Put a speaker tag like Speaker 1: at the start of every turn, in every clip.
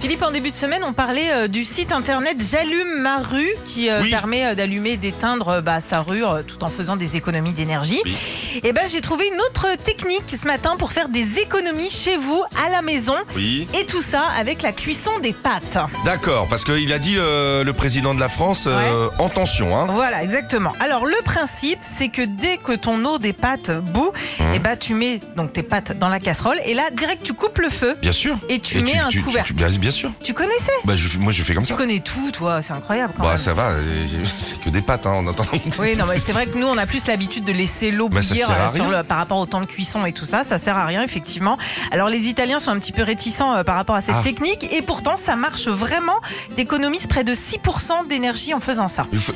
Speaker 1: Philippe, en début de semaine, on parlait euh, du site internet J'allume ma rue qui euh,
Speaker 2: Oui.
Speaker 1: permet euh, d'allumer, d'éteindre euh, bah, sa rue euh, tout en faisant des économies d'énergie.
Speaker 2: Oui.
Speaker 1: Et ben, j'ai trouvé une autre technique ce matin pour faire des économies chez vous à la maison
Speaker 2: Oui.
Speaker 1: et tout ça avec la cuisson des pâtes.
Speaker 2: D'accord, parce qu'il a dit euh, le président de la France euh, en tension, hein.
Speaker 1: Voilà, exactement. Alors le principe, c'est que dès que ton eau des pâtes bout,
Speaker 2: Mhm.
Speaker 1: eh ben, tu mets donc tes pâtes dans la casserole et là direct tu coupes le feu
Speaker 2: Bien sûr.
Speaker 1: et tu
Speaker 2: Et
Speaker 1: mets un
Speaker 2: tu-
Speaker 1: couvercle.
Speaker 2: tu- bien, bien sûr.
Speaker 1: Tu connaissais
Speaker 2: Bah, je- moi, je fais comme
Speaker 1: Tu
Speaker 2: ça.
Speaker 1: connais tout, toi, c'est incroyable quand
Speaker 2: Bah,
Speaker 1: même.
Speaker 2: ça va. euh, C'est que des pattes, hein, en attendant.
Speaker 1: Oui, non, mais c'est vrai que nous, on a plus l'habitude de laisser l'eau
Speaker 2: Bah, ça
Speaker 1: bouillir
Speaker 2: sert à
Speaker 1: euh, sur
Speaker 2: rien.
Speaker 1: le- par rapport au temps de cuisson et tout ça. Ça sert à rien, effectivement. Alors, les Italiens sont un petit peu réticents euh, par rapport à cette
Speaker 2: Ah.
Speaker 1: technique. Et pourtant, ça marche vraiment. T'économises près de 6% d'énergie en faisant ça.
Speaker 2: F- f-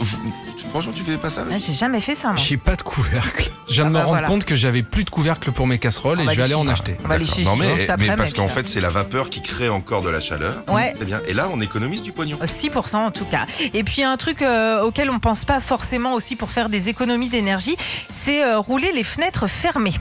Speaker 2: Franchement, tu fais pas ça.
Speaker 1: Ah, J'ai jamais fait ça, moi.
Speaker 3: J'ai pas de couvercle. Je viens
Speaker 1: Ah
Speaker 3: de me
Speaker 1: bah
Speaker 3: rendre
Speaker 1: voilà. Ah bah
Speaker 3: compte que j'avais plus de couvercle pour mes casseroles
Speaker 1: On
Speaker 3: et
Speaker 1: va
Speaker 3: je vais
Speaker 1: aller
Speaker 3: aller en
Speaker 1: chez-
Speaker 3: acheter.
Speaker 1: On va aller chez
Speaker 2: D'accord. Non, mais,
Speaker 1: Gigolo cet
Speaker 2: mais
Speaker 1: après-midi,
Speaker 2: parce qu'en
Speaker 1: puis,
Speaker 2: fait, c'est la vapeur qui crée encore de la chaleur.
Speaker 1: Ouais.
Speaker 2: C'est bien. Et là, on économise du
Speaker 1: Oh,
Speaker 2: pognon.
Speaker 1: 6% en tout cas. Et puis un truc euh, auquel on pense pas forcément aussi pour faire des économies d'énergie, c'est euh, rouler les fenêtres fermées.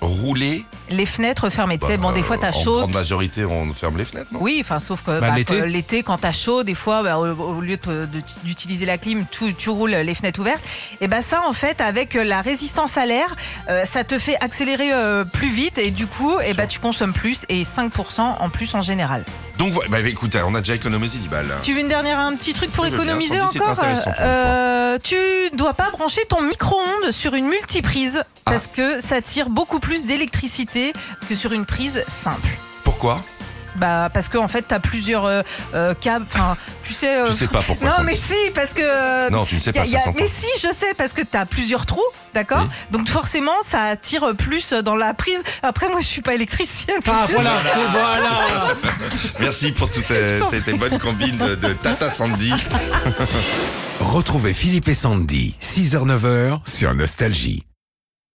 Speaker 2: Rouler.
Speaker 1: Les fenêtres fermées. tu sais,
Speaker 2: bah,
Speaker 1: bon, des fois
Speaker 2: euh,
Speaker 1: t'as
Speaker 2: En
Speaker 1: chaud,
Speaker 2: grande majorité, on ferme les fenêtres, non
Speaker 1: Oui, enfin, sauf que
Speaker 3: Bah,
Speaker 1: bah,
Speaker 3: l'été.
Speaker 1: que l'été, quand t'as chaud, des fois, bah, au, au lieu de- de- d'utiliser la clim, tu, tu roules les fenêtres ouvertes. Et ben ça, en fait, avec la résistance à l'air, euh, ça te fait accélérer euh, plus vite et du coup, et ben tu consommes plus et 5% en plus en général.
Speaker 2: Donc, voilà. bah, écoute, on a déjà économisé 10 balles.
Speaker 1: Tu veux une dernière, un petit truc pour
Speaker 2: Oui, oui, bien
Speaker 1: économiser
Speaker 2: entendu, c'est
Speaker 1: encore
Speaker 2: intéressant pour une
Speaker 1: Euh, Tu dois pas brancher ton micro-ondes sur une multiprise
Speaker 2: Ah.
Speaker 1: parce que ça tire beaucoup plus d'électricité que sur une prise simple.
Speaker 2: Pourquoi
Speaker 1: Bah parce que en fait t'as plusieurs euh, euh, câbles, enfin tu sais. euh,
Speaker 2: Tu sais pas pourquoi.
Speaker 1: non
Speaker 2: ça-
Speaker 1: mais si parce que. euh,
Speaker 2: Non, tu ne sais
Speaker 1: y a-
Speaker 2: pas,
Speaker 1: y a-
Speaker 2: ça s'entend.
Speaker 1: mais si, je sais, parce que t'as plusieurs trous, d'accord
Speaker 2: Oui.
Speaker 1: Donc forcément, ça attire plus dans la prise. Après, moi, je suis pas électricienne.
Speaker 3: Ah voilà, voilà.
Speaker 2: Merci pour toutes
Speaker 1: Je
Speaker 2: ces,
Speaker 1: t'en
Speaker 2: ces- ces bonnes combines de, de Tata Sandy.
Speaker 4: Retrouvez Philippe et Sandy, 6h-9h sur Nostalgie.